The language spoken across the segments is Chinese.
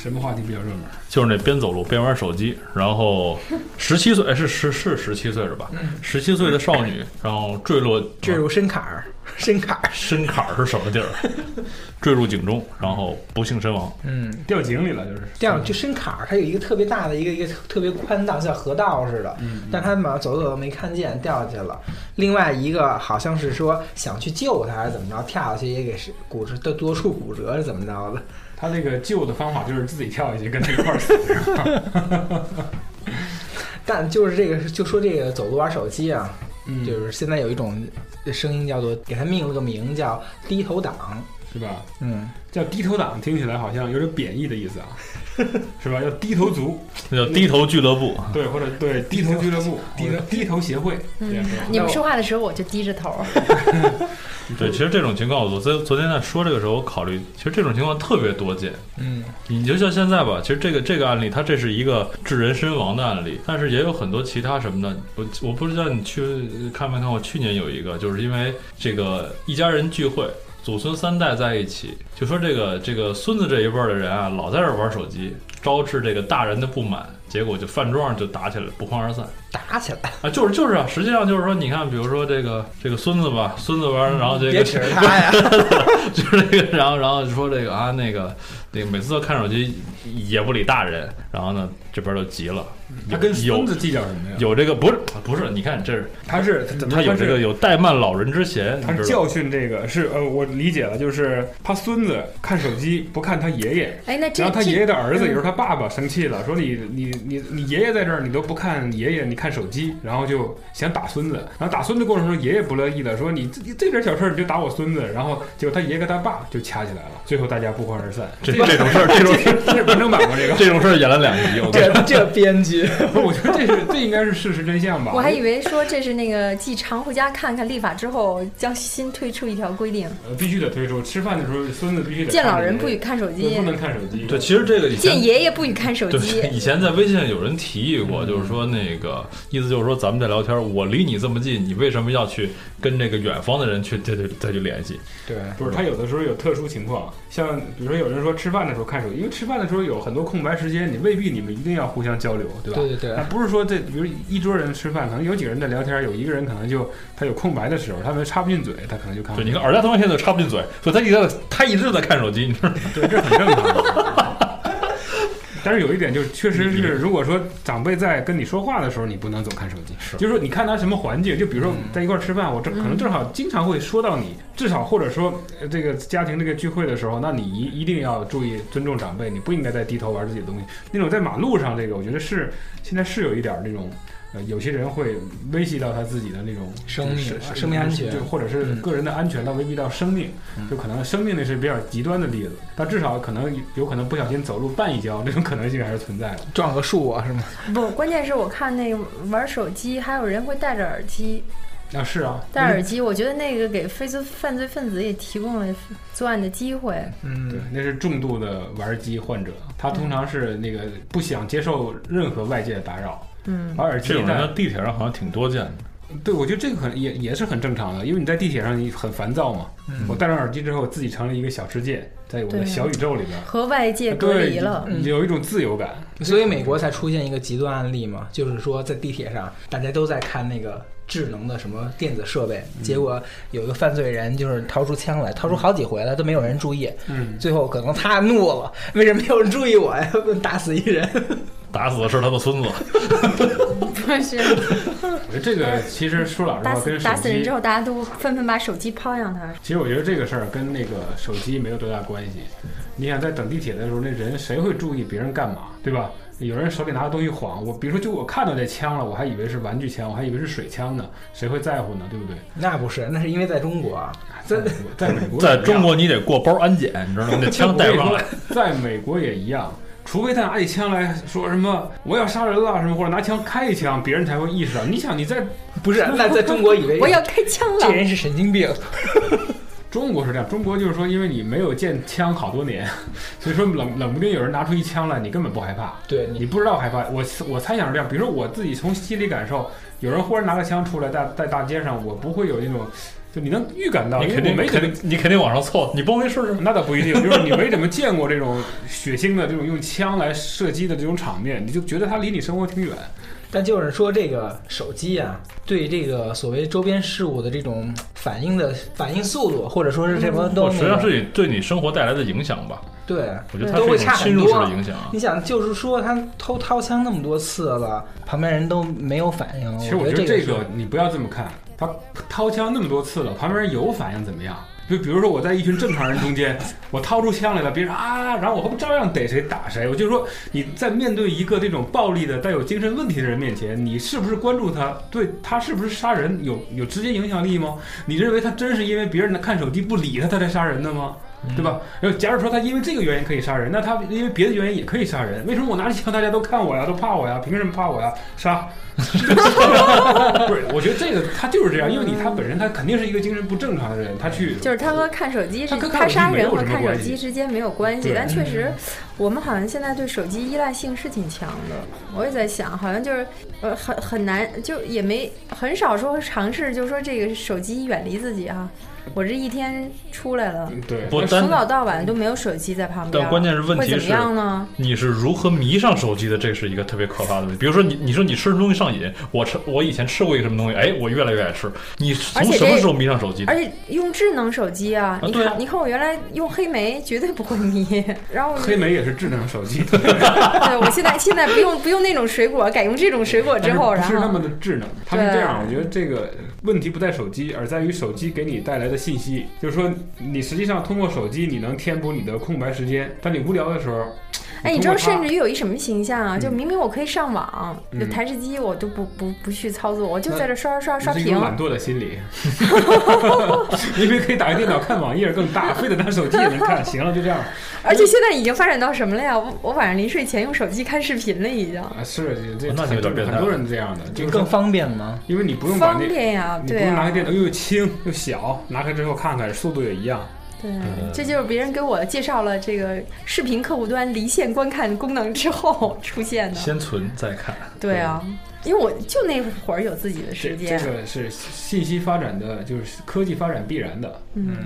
什么话题比较热门？就是那边走路边玩手机，然后十七岁，哎，是是是十七岁是吧？嗯十七岁的少女，然后坠落啊坠入深坎儿，深坎儿。深坎儿是什么地儿？ 坠入井中，然后不幸身亡。嗯，掉井里了，就是这样就深坎儿，它有一个特别大的一个一个特别宽大，像河道似的。嗯，但他嘛走走走没看见，掉下去了。另外一个好像是说想去救他还是怎么着，跳下去也给是骨折，多多处骨折是怎么着的？他那个救的方法就是自己跳下去跟他一块儿死，是吧但就是这个，就说这个走路玩手机啊， 嗯，就是现在有一种声音叫做给它命了个名叫低头党。是吧？嗯，叫低头党，听起来好像有点贬义的意思 啊，是吧？叫低头族，那叫低头俱乐部，对，或者对低头俱乐部、低头 低头协会，这样说你们说话的时候我就低着头。对，其实这种情况，我昨昨天在说这个时候，我考虑，其实这种情况特别多见。嗯，你就像现在吧，其实这个这个案例，它这是一个致人身亡的案例，但是也有很多其他什么的。我我不知道你去呃看没看过，去年有一个，就是因为这个一家人聚会，祖孙三代在一起，就说这个这个孙子这一辈儿的人啊，老在这儿玩手机，招致这个大人的不满，结果就饭桌上就打起来，不欢而散。打起来，啊，就是就是啊，实际上就是说，你看，比如说这个这个孙子吧，孙子玩，然后这别个指着他呀。就是这个，然后然后就说这个啊，那个那个每次都看手机也不理大人，然后呢这边就急了，他跟有孙子计较什么呀？有这个不是不是，你看这是他是怎么他说有他这个是有怠慢老人之嫌，他你是知道吗教训这个是呃，我理解了，就是他孙子看手机不看他爷爷，哎，那这然后他爷爷这的儿子，嗯也就是他爸爸，生气了，说你你你你爷爷在这儿，你都不看爷爷，你看手机，然后就想打孙子。然后打孙子过程中，爷爷不乐意了，说你这这点小事儿你就打我孙子。然后结果他爷跟他爸就掐起来了，最后大家不欢而散。这这种事儿，这种事儿，这是完整版吗？这个 这种事儿演了两集，我跟你这这编剧，不我觉得这是这应该是事实真相吧。我还以为说这是那个继常回家看看立法之后将新推出一条规定，呃必须得推出，吃饭的时候孙子必须得见看老着人爷不许看手对机不，能看手机。对，其实这个以前见爷爷不许看手对，机。 以前在微信上有人提议过，就是说那个意思就是说咱们在聊天，我离你这么近，你为什么要去跟这个远方的人去再去再去联系？对，不是，他有的时候有特殊情况，像比如说有人说吃饭的时候看手机，因为吃饭的时候有很多空白时间，你未必你们一定要互相交流，对吧？对对对那啊不是说这，比如一桌人吃饭，可能有几个人在聊天，有一个人可能就他有空白的时候，他们插不进嘴，他可能就看。对，你看耳家同学现在插不进嘴，所以他一直在他一直在看手机，你知道吗？对，这很正常。但是有一点就是，确实是，如果说长辈在跟你说话的时候，你不能总看手机。是就是说你看他什么环境，就比如说在一块儿吃饭，我这可能正好经常会说到你，至少或者说呃这个家庭这个聚会的时候，那你一一定要注意尊重长辈，你不应该再低头玩自己的东西。那种在马路上这个，我觉得是现在是有一点儿那种。呃，有些人会威胁到他自己的那种生命是啊是生命安全对，或者是嗯个人的安全到威逼到生命，就可能生命那是比较极端的例子，但至少可能有可能不小心走路绊一跤，这种可能性还是存在 的。撞个树啊，是吗？不，关键是我看那个玩手机，还有人会戴着耳机，啊，是啊，戴耳机，我觉得那个给非罪犯罪分子也提供了作案的机会。嗯，对，那是重度的玩机患者，他通常是那个不想接受任何外界的打扰，嗯，把耳机这种人在呢，地铁上好像挺多见的，对我觉得这个很也也是很正常的，因为你在地铁上你很烦躁嘛。嗯我戴上耳机之后，自己成了一个小世界，在我的对小宇宙里边。和外界隔啊对离了。 嗯有一种自由感。所以美国才出现一个极端案例嘛，就是说在地铁上大家都在看那个智能的什么电子设备，结果有一个犯罪人就是掏出枪来，掏出好几回了都没有人注意，嗯，最后可能他怒了，为什么没有人注意我呀？ 打死一人，打死的是他的孙子。不是，我觉得这个其实说老实打话，跟死手打死人机之后，大家都纷纷把手机抛向他。其实我觉得这个事儿跟那个手机没有多大关系。你想在等地铁的时候，那人谁会注意别人干嘛，对吧？有人手里拿个东西晃我，比如说就我看到这枪了，我还以为是玩具枪，我还以为是水枪呢，谁会在乎呢？对不对？那不是，那是因为在中国啊，在美国在 美国在也一样中国，你得过包安检，你知道吗？那枪带不上来。 在美国也一样。除非他拿起枪来说什么我要杀人了什么，或者拿枪开一枪，别人才会意识到。你想你在不是那在中国以为我要开枪这了。人是神经病，中国是这样，中国就是说，因为你没有见枪好多年， 所以说冷冷不丁有人拿出一枪来，你根本不害怕。对你你不知道害怕，我我猜想是这样。比如说我自己从心里感受，有人忽然拿个枪出来在在大街上，我不会有那种就你能预感到，你因为肯定我没肯怎么定你肯定往上凑，你帮我一试试。那倒不一定，就是你没怎么见过这种血腥的、这种用枪来射击的这种场面，你就觉得它离你生活挺远。但就是说，这个手机啊，对这个所谓周边事物的这种反应的反应速度，或者说是这帮嗯都哦我实际上是你对你生活带来的影响吧，对，我觉得它都是会一种差侵很入式的多。影响啊。你想，就是说他偷掏枪那么多次了，旁边人都没有反应。其实我觉觉得这这是个你不要这么看，他掏枪那么多次了，旁边人有反应怎么样？就比如说我在一群正常人中间，我掏出枪来了，别人啊，然后我还不照样逮谁打谁？我就说你在面对一个这种暴力的、带有精神问题的人面前，你是不是关注他？对他是不是杀人有有直接影响力吗？你认为他真是因为别人看手机不理他，他才杀人的吗？嗯对吧？然后假如说他因为这个原因可以杀人，那他因为别的原因也可以杀人。为什么我拿着枪大家都看我呀，都怕我呀？凭什么怕我呀？ 杀！不是，我觉得这个他就是这样，因为你他本身他肯定是一个精神不正常的人，他去就是他和看手机是他跟他看手机杀没有人和什么看手关系机之间没有关系对，但确实，我们好像现在对手机依赖性是挺强的。我也在想，好像就是呃很很难，就也没很少说尝试，就说这个手机远离自己啊。我这一天出来了，对不我但从早到晚都没有手机在旁边，但关键是问题会怎是么样呢？你是如何迷上手机的？这是一个特别可怕的问题。比如说你，你说你吃什么东西上瘾，我吃我以前吃过一个什么东西，哎，我越来越爱吃。你从而且什么这时候迷上手机的而？且用智能手机啊，你对看、啊你看我原来用黑莓绝对不会迷， 然后我黑莓也是智能手机，对我现在现在不用不用那种水果，改用这种水果之后，但然是哎不后是那么的智能。它是对这样，我觉得这个问题不在手机，而在于手机给你带来的信息。就是说，你实际上通过手机，你能填补你的空白时间。当你无聊的时候，哎，你通知道，过它甚至于有一什么形象啊？就嗯明明我可以上网，嗯就台式机我都不不不去操作，我就在这刷刷刷刷你是一屏种。懒惰的心 理，因为可以打开电脑看网页更大，非得拿手机也能看。行了，就这样而且现在已经发展到什么了呀？我我晚上临睡前用手机看视频了，已经啊，是这这哦那就有点变态很多人这样的，就是更说方便吗？因为你不用把方那，便呀，你不对用拿啊开，电脑，又轻又小，拿开之后看看，速度也一样。对啊嗯，这就是别人给我介绍了这个视频客户端离线观看功能之后出现的。先存再看。对啊，因为我就那会儿有自己的时这间这，个是信息发展的，就是科技发展必然的。嗯，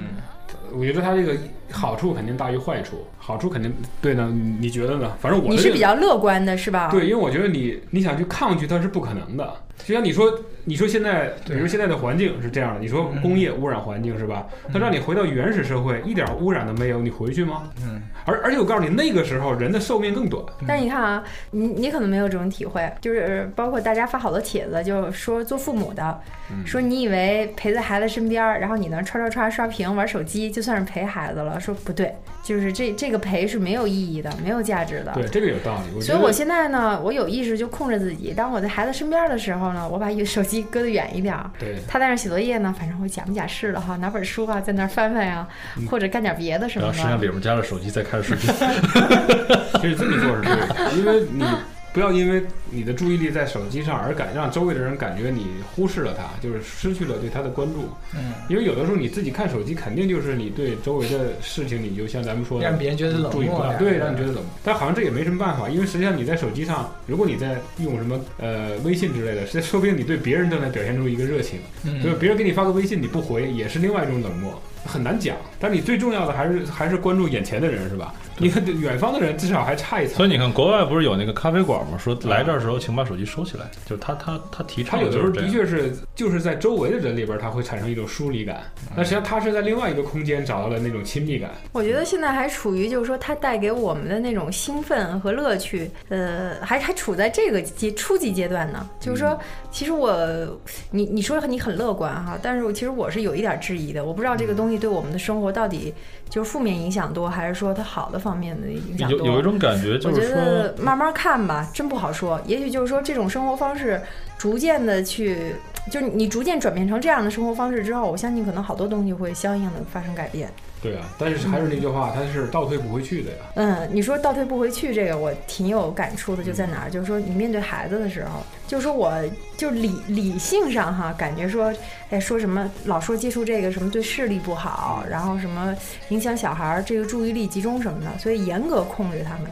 我觉得它这个好处肯定大于坏处，好处肯定对呢，你你觉得呢？反正我你的是认比较乐观的是吧？对，因为我觉得你你想去抗拒它是不可能的。就像你说，你说现在，比对如说现在的环境是这样的，你说工业污染环境是吧？那让你回到原始社会，一点污染都没有，你回去吗？嗯。而而且我告诉你，那个时候人的寿命更短。但是你看啊，你你可能没有这种体会，就是包括大家发好多帖子，就是说做父母的，说你以为陪在孩子身边儿，然后你能刷刷刷刷屏玩手机，就算是陪孩子了，说不对，就是这这个陪是没有意义的，没有价值的。对，这个有道理。我觉所以，得我现在呢，我有意识就控制自己。当我在孩子身边儿的时候呢，我把手机搁得远一点儿。对他在那儿写作业呢，反正我假模假式的哈，拿本书啊，在那儿翻翻呀、嗯或者干点别的什然后么的。实际上里面加了手机再看视频， 其实这么做是对的， 因为你不要因为你的注意力在手机上而感让周围的人感觉你忽视了他，就是失去了对他的关注。嗯，因为有的时候你自己看手机，肯定就是你对周围的事情，你就像咱们说的，让别人觉得冷嗯注意不漠到，呀，对，让你觉得冷漠。但好像这也没什么办法，因为实际上你在手机上，如果你在用什么呃微信之类的，实际说不定你对别人正在表现出一个热情，就是嗯，别人给你发个微信你不回，也是另外一种冷漠，很难讲。但你最重要的还是还是关注眼前的人，是吧？你看这远方的人至少还差一层所。以你看国外不是有那个咖啡馆吗？说来这儿的时候请把手机收起来，就是他他他提他倡有的时就候是这的样。确是，就是在周围的人里边，他会产生一种疏离感。嗯但实际上，他是在另外一个空间找到了那种亲密感。我觉得现在还处于就是说，它带给我们的那种兴奋和乐趣，呃，还还处在这个阶初级阶段呢。就是嗯说，其实我，你你说你很乐观哈，但是我其实我是有一点质疑的，我不知道这个东西对我们的生活到底就是负面影响多，还是说它好的方面的影响有有一多。种感觉，我就觉是说得慢慢看吧，真不好说。也许就是说，这种生活方式逐渐的去，就是你逐渐转变成这样的生活方式之后，我相信可能好多东西会相应的发生改变。对啊，但是还是那句话，他是倒退不回去的呀。嗯，你说倒退不回去这个，我挺有感触的，就在哪儿，就是说你面对孩子的时候，就是说我就理理性上哈，感觉说，哎，说什么老说接触这个什么对视力不好，然后什么影响小孩儿这个注意力集中什么的，所以严格控制他们。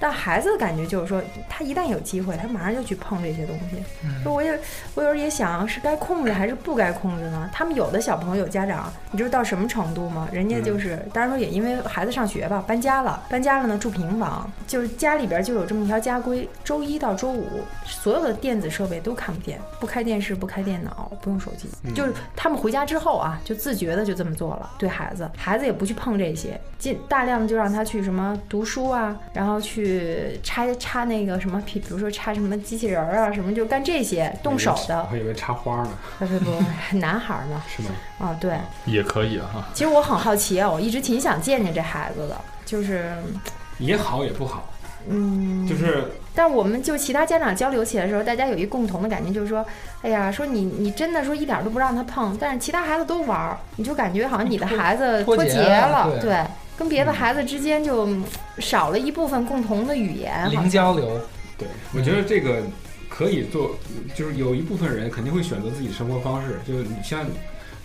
但孩子的感觉就是说，他一旦有机会，他马上就去碰这些东西。就我也我有时候也想，是该控制还是不该控制呢？他们有的小朋友家长，你知道到什么程度吗？人家就是，当然说也因为孩子上学吧，搬家了，搬家了呢住平房，就是家里边就有这么一条家规：周一到周五，所有的电子设备都看不见，不开电视，不开电脑，不用手机。就是他们回家之后啊，就自觉的就这么做了，对孩子，孩子也不去碰这些，尽大量的就让他去什么读书啊，然后去插插那个什么，比比如说插什么机器人儿啊，什么就干这些动手的。 我以为插花呢，不不不，男孩儿嘛，是吗？啊，对，也可以啊。其实我很好奇啊，我一直挺想见见这孩子的，就是，也好也不好，嗯，就是但我们就其他家长交流起来的时候，大家有一共同的感觉，就是说，哎呀，说你你真的说一点都不让他碰，但是其他孩子都玩儿，你就感觉好像你的孩子脱脱节节了了，对对，跟别的孩子之间就嗯少了一部分共同的语言，好零像交流，对，我觉得这个可以做，就是有一部分人肯定会选择自己生活方式，就是你像。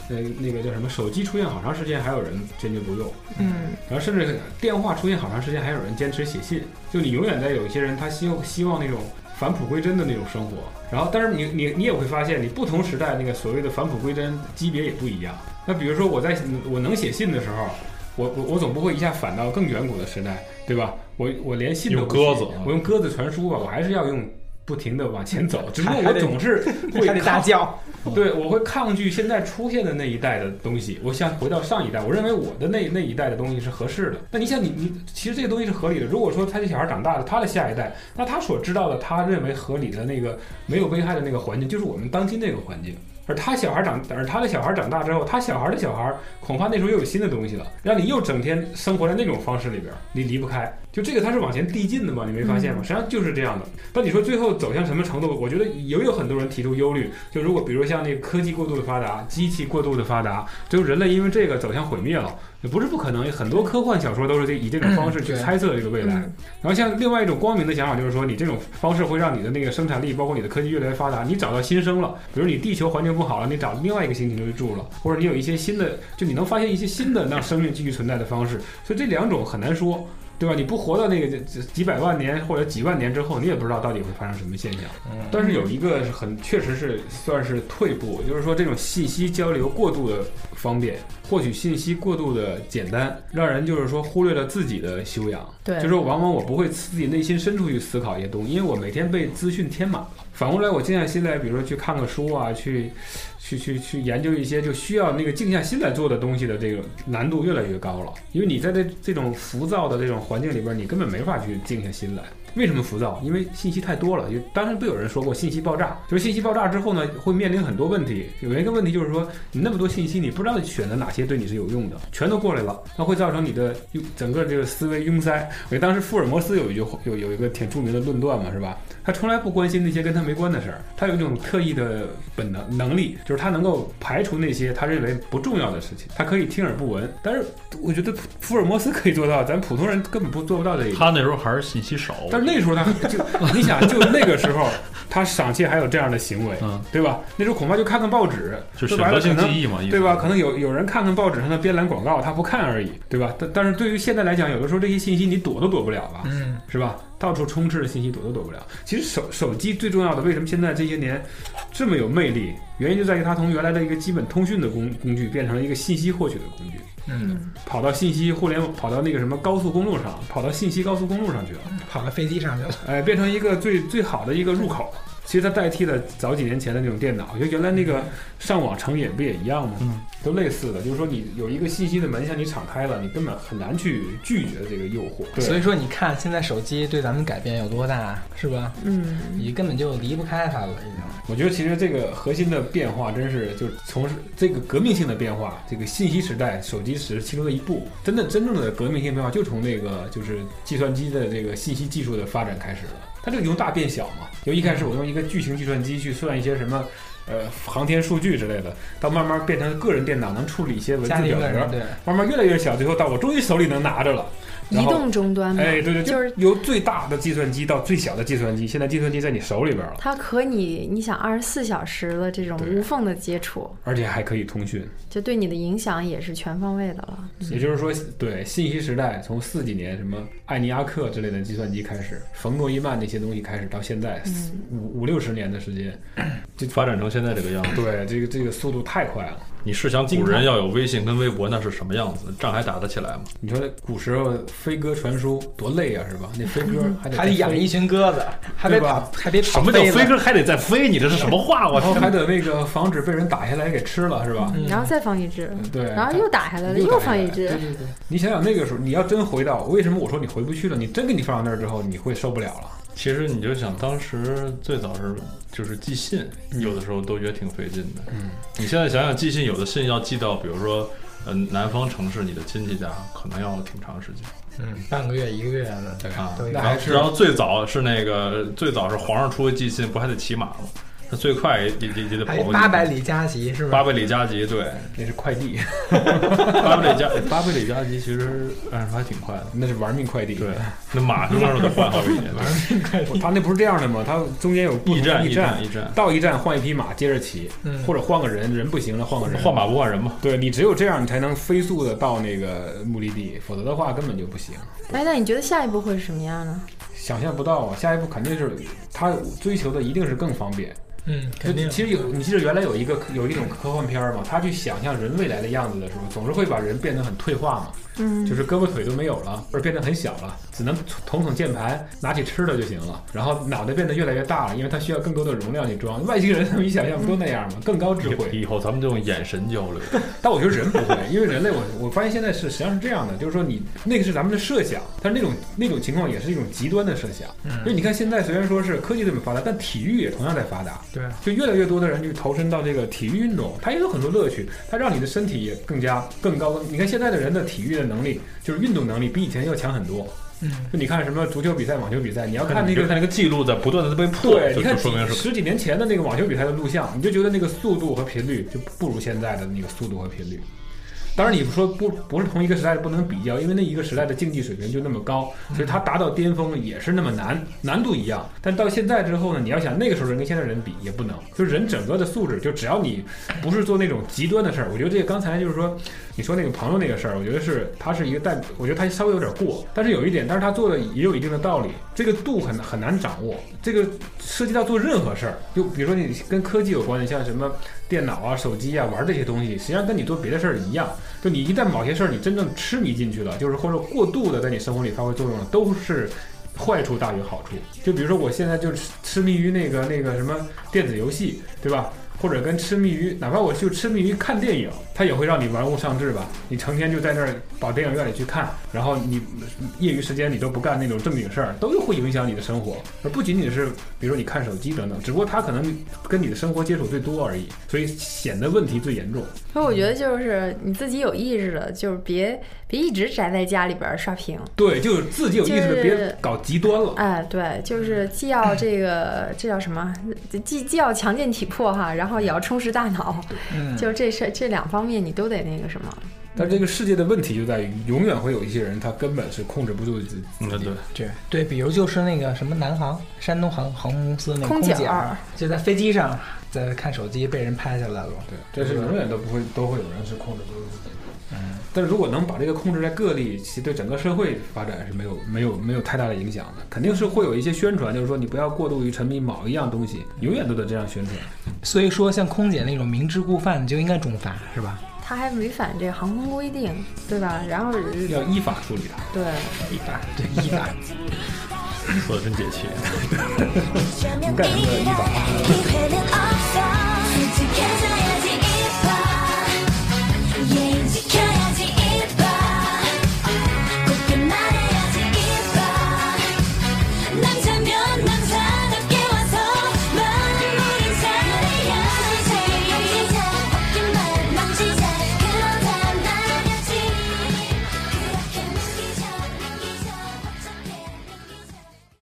呃，那个叫什么？手机出现好长时间，还有人坚决不用，嗯然后甚至电话出现好长时间，还有人坚持写信。就你永远在有一些人，他希望希望那种返璞归真的那种生活。然后，但是你你你也会发现，你不同时代那个所谓的返璞归真级别也不一样。那比如说我在我能写信的时候，我我我总不会一下返到更远古的时代，对吧？我我连信都不用鸽写子啊我用鸽子传书吧，我还是要用不停的往前走，只不过还我得总 是会嗯还得大抗叫， 对，我会抗拒现在出现的那一代的东西，我想回到上一代，我认为我的那那一代的东西是合适的。那你想你，你其实这个东西是合理的。如果说他这小孩长大了，他的下一代，那他所知道的，他认为合理的那个没有危害的那个环境，就是我们当今这个环境。而他小孩长，而他的小孩长大之后，他小孩的小孩恐怕那时候又有新的东西了，让你又整天生活在那种方式里边，你离不开。就这个它是往前递进的嘛，你没发现吗？实际上就是这样的。但你说最后走向什么程度，我觉得也有很多人提出忧虑。就如果比如像那个科技过度的发达，机器过度的发达，最后人类因为这个走向毁灭了，也不是不可能。很多科幻小说都是这以这种方式去对猜测这个未来。嗯然后像另外一种光明的想法就是说，你这种方式会让你的那个生产力，包括你的科呃技越来越发达，你找到新生了。比如你地球环境不好了，你找另外一个星球去住了，或者你有一些新的，就你能发现一些新的让生命继续存在的方式。所以这两种很难说。对吧？你不活到那个这这几百万年或者几万年之后，你也不知道到底会发生什么现象。嗯，但是有一个是很确实是算是退步，就是说这种信息交流过度的方便，获取信息过度的简单，让人就是说忽略了自己的修养。对就是往往我不会自己内心深处去思考一些东西，因为我每天被资讯填满了。反过来，我静下心来，比如说去看个书啊，去去去去研究一些就需要那个静下心来做的东西的这个难度越来越高了，因为你在这这种浮躁的这种环境里边，你根本没法去静下心来。为什么浮躁？因为信息太多了。就当然，不有人说过信息爆炸，就是信息爆炸之后呢，会面临很多问题。有一个问题就是说，你那么多信息，你不知道你选择哪些对你是有用的，全都过来了，那会造成你的整个这个思维拥塞。我觉得当时福尔摩斯有一句话有有一个挺著名的论断嘛，是吧？他从来不关心那些跟他没关的事儿，他有一种特异的本能能力，就是他能够排除那些他认为不重要的事情，他可以听而不闻。但是我觉得福尔摩斯可以做到，咱普通人根本不做不到这一点。他那时候还是信息少，但是那时候他就你想，就那个时候他赏析还有这样的行为，嗯，对吧？那时候恐怕就看看报纸，就说选白择了可性能记忆嘛，意思对吧？可能有有人看看报纸上的编栏广告，他不看而已，对吧？但但是对于现在来讲，有的时候这些信息你躲都躲不了吧，嗯，是吧？到处充斥的信息躲都躲不了。其实手手机最重要的，为什么现在这些年这么有魅力？原因就在于它从原来的一个基本通讯的工工具，变成了一个信息获取的工具。嗯，跑到信息互联网，跑到那个什么高速公路上，跑到信息高速公路上去了。嗯跑到飞机上去了，哎，变成一个最最好的一个入口。其实它代替了早几年前的那种电脑，就原来那个上网成瘾不也一样吗？嗯，都类似的，就是说你有一个信息的门向你敞开了，你根本很难去拒绝这个诱惑。所以说你看现在手机对咱们改变有多大，是吧？嗯你根本就离不开它了，已经。我觉得其实这个核心的变化，真是就是从这个革命性的变化，这个信息时代、手机时其中的一步。真的真正的革命性变化，就从那个就是计算机的这个信息技术的发展开始了。它这个由大变小嘛，由一开始我用一个巨型计算机去算一些什么。呃，航天数据之类的，到慢慢变成个人电脑能处理一些文字家里表一个格人，对，慢慢越来越小，最后到我终于手里能拿着了。移然后动终端嘛，哎，对对，就是由最大的计算机到最小的计算机，现在计算机在你手里边了，它和你你想二十四小时的这种对无缝的接触，而且还可以通讯。就对你的影响也是全方位的了。也就是说，对信息时代，从四几年什么艾尼亚克之类的计算机开始，冯诺依曼那些东西开始，到现在四嗯五五六十年的时间，就发展成现在这个样子。对这个这个速度太快了。你是想古人要有微信跟微博，那是什么样子？仗还打得起来吗？你说那古时候飞鸽传书多累啊，是吧？那飞鸽还得还得养一群鸽子，还得对跑吧，还得什跑么叫子飞？鸽还得再飞？你这是什么话？我然后天！还得那个防止被人打下来给吃了，是吧？呃嗯然后再放一只，对，然后又打下来了，又打下放一来只对，对对，你想想那个时候，你要真回到，为什么我说你回不去了？你真给你放到那儿之后，你会受不了了。其实你就想，当时最早是就是寄信，有的时候都觉得挺费劲的。嗯，你现在想想，寄信有的信要寄到，比如说，呃，南方城市你的亲戚家，可能要挺长时间嗯，半个月一个月的，对啊。都有那然还后是然后最早是那个最早是皇上出去寄信，不还得骑马吗？那最快也也也也得跑还过去八百里加急是吧？八百里加急，对，那是快递， 八百里加八百里加急，其实按说还挺快的。那是玩命快递。对，那马中间都得换好几年，他那不是这样的吗？他中间有不驿同的站驿驿站驿站，到驿站换一匹马，接着骑，嗯或者换个人，人不行了换个人，换。马不换人嘛。对你只有这样，你才能飞速的到那个目的地，否则的话根本就不行。哎，那你觉得下一步会是什么样呢？想象不到啊，下一步肯定是他追求的一定是更方便。嗯，就肯定。其实有，你记得原来有一个有一种科幻片儿嘛，他去想象人未来的样子的时候，总是会把人变得很退化嘛，嗯，就是胳膊腿都没有了，或者变得很小了，只能捅捅键盘，拿起吃的就行了。然后脑袋变得越来越大了，因为它需要更多的容量去装。外星人他们一想象不都那样吗？更高智慧。以后咱们就用眼神交流，但我觉得人不会，因为人类我我发现现在是实际上是这样的，就是说你那个是咱们的设想，但是那种那种情况也是一种极端的设想。嗯因为你看现在虽然说是科技这么发达，但体育也同样在发达，对，就越来越多的人去投身到这个体育运动，它也有很多乐趣，它让你的身体也更加更高。你看现在的人的体育的能力，就是运动能力比以前要强很多。嗯，就你看什么足球比赛、网球比赛，你要啊看那就个看那个记录在不断的被破，对，就你看就说明几是十几年前的那个网球比赛的录像，你就觉得那个速度和频率就不如现在的那个速度和频率。当然，你说不不是同一个时代的不能比较，因为那一个时代的竞技水平就那么高，所以它达到巅峰也是那么难，难度一样。但到现在之后呢，你要想那个时候人跟现在人比也不能，就是人整个的素质，就只要你不是做那种极端的事儿，我觉得这个刚才就是说你说那个朋友那个事儿，我觉得是他是一个代，我觉得他稍微有点过，但是有一点，但是他做的也有一定的道理，这个度很很难掌握。这个涉及到做任何事儿，就比如说你跟科技有关的，像什么电脑啊、手机啊玩这些东西，实际上跟你做别的事儿一样，就你一旦某些事儿你真正痴迷进去了，就是或者过度的在你生活里发挥作用了，都是。坏处大于好处，就比如说我现在就是痴迷于那个那个什么电子游戏，对吧？或者跟痴迷于，哪怕我就痴迷于看电影，它也会让你玩物丧志吧？你成天就在那儿跑电影院里去看，然后你业余时间你都不干那种正经事儿，都会影响你的生活。而不仅仅是比如说你看手机等等，只不过它可能跟你的生活接触最多而已，所以显得问题最严重。所以我觉得就是你自己有意识了，就是别别一直宅在家里边儿刷屏。对，就是自己有意识就的，是别搞极端了。哎，对，就是既要这个，这叫什么？既既要强健体魄哈，然后也要充实大脑，嗯，就是这事这两方面你都得那个什么。但这个世界的问题就在于，永远会有一些人他根本是控制不住自己。嗯对，对对，比如就是那个什么南航，山东航航空公司那个空姐姐儿儿，就在飞机上在看手机，被人拍下来了。对，嗯这是永远都不会都会有人是控制不住自己的。但是如果能把这个控制在个例，其实对整个社会发展是没有没有没有太大的影响的。肯定是会有一些宣传，就是说你不要过度于沉迷某一样东西，永远都得这样宣传。所以说，像空姐那种明知故犯就应该重罚，是吧？他还违反这个航空规定，对吧？然后要依法处理它。对，依法对依法。说的真解气。你干什么？一把。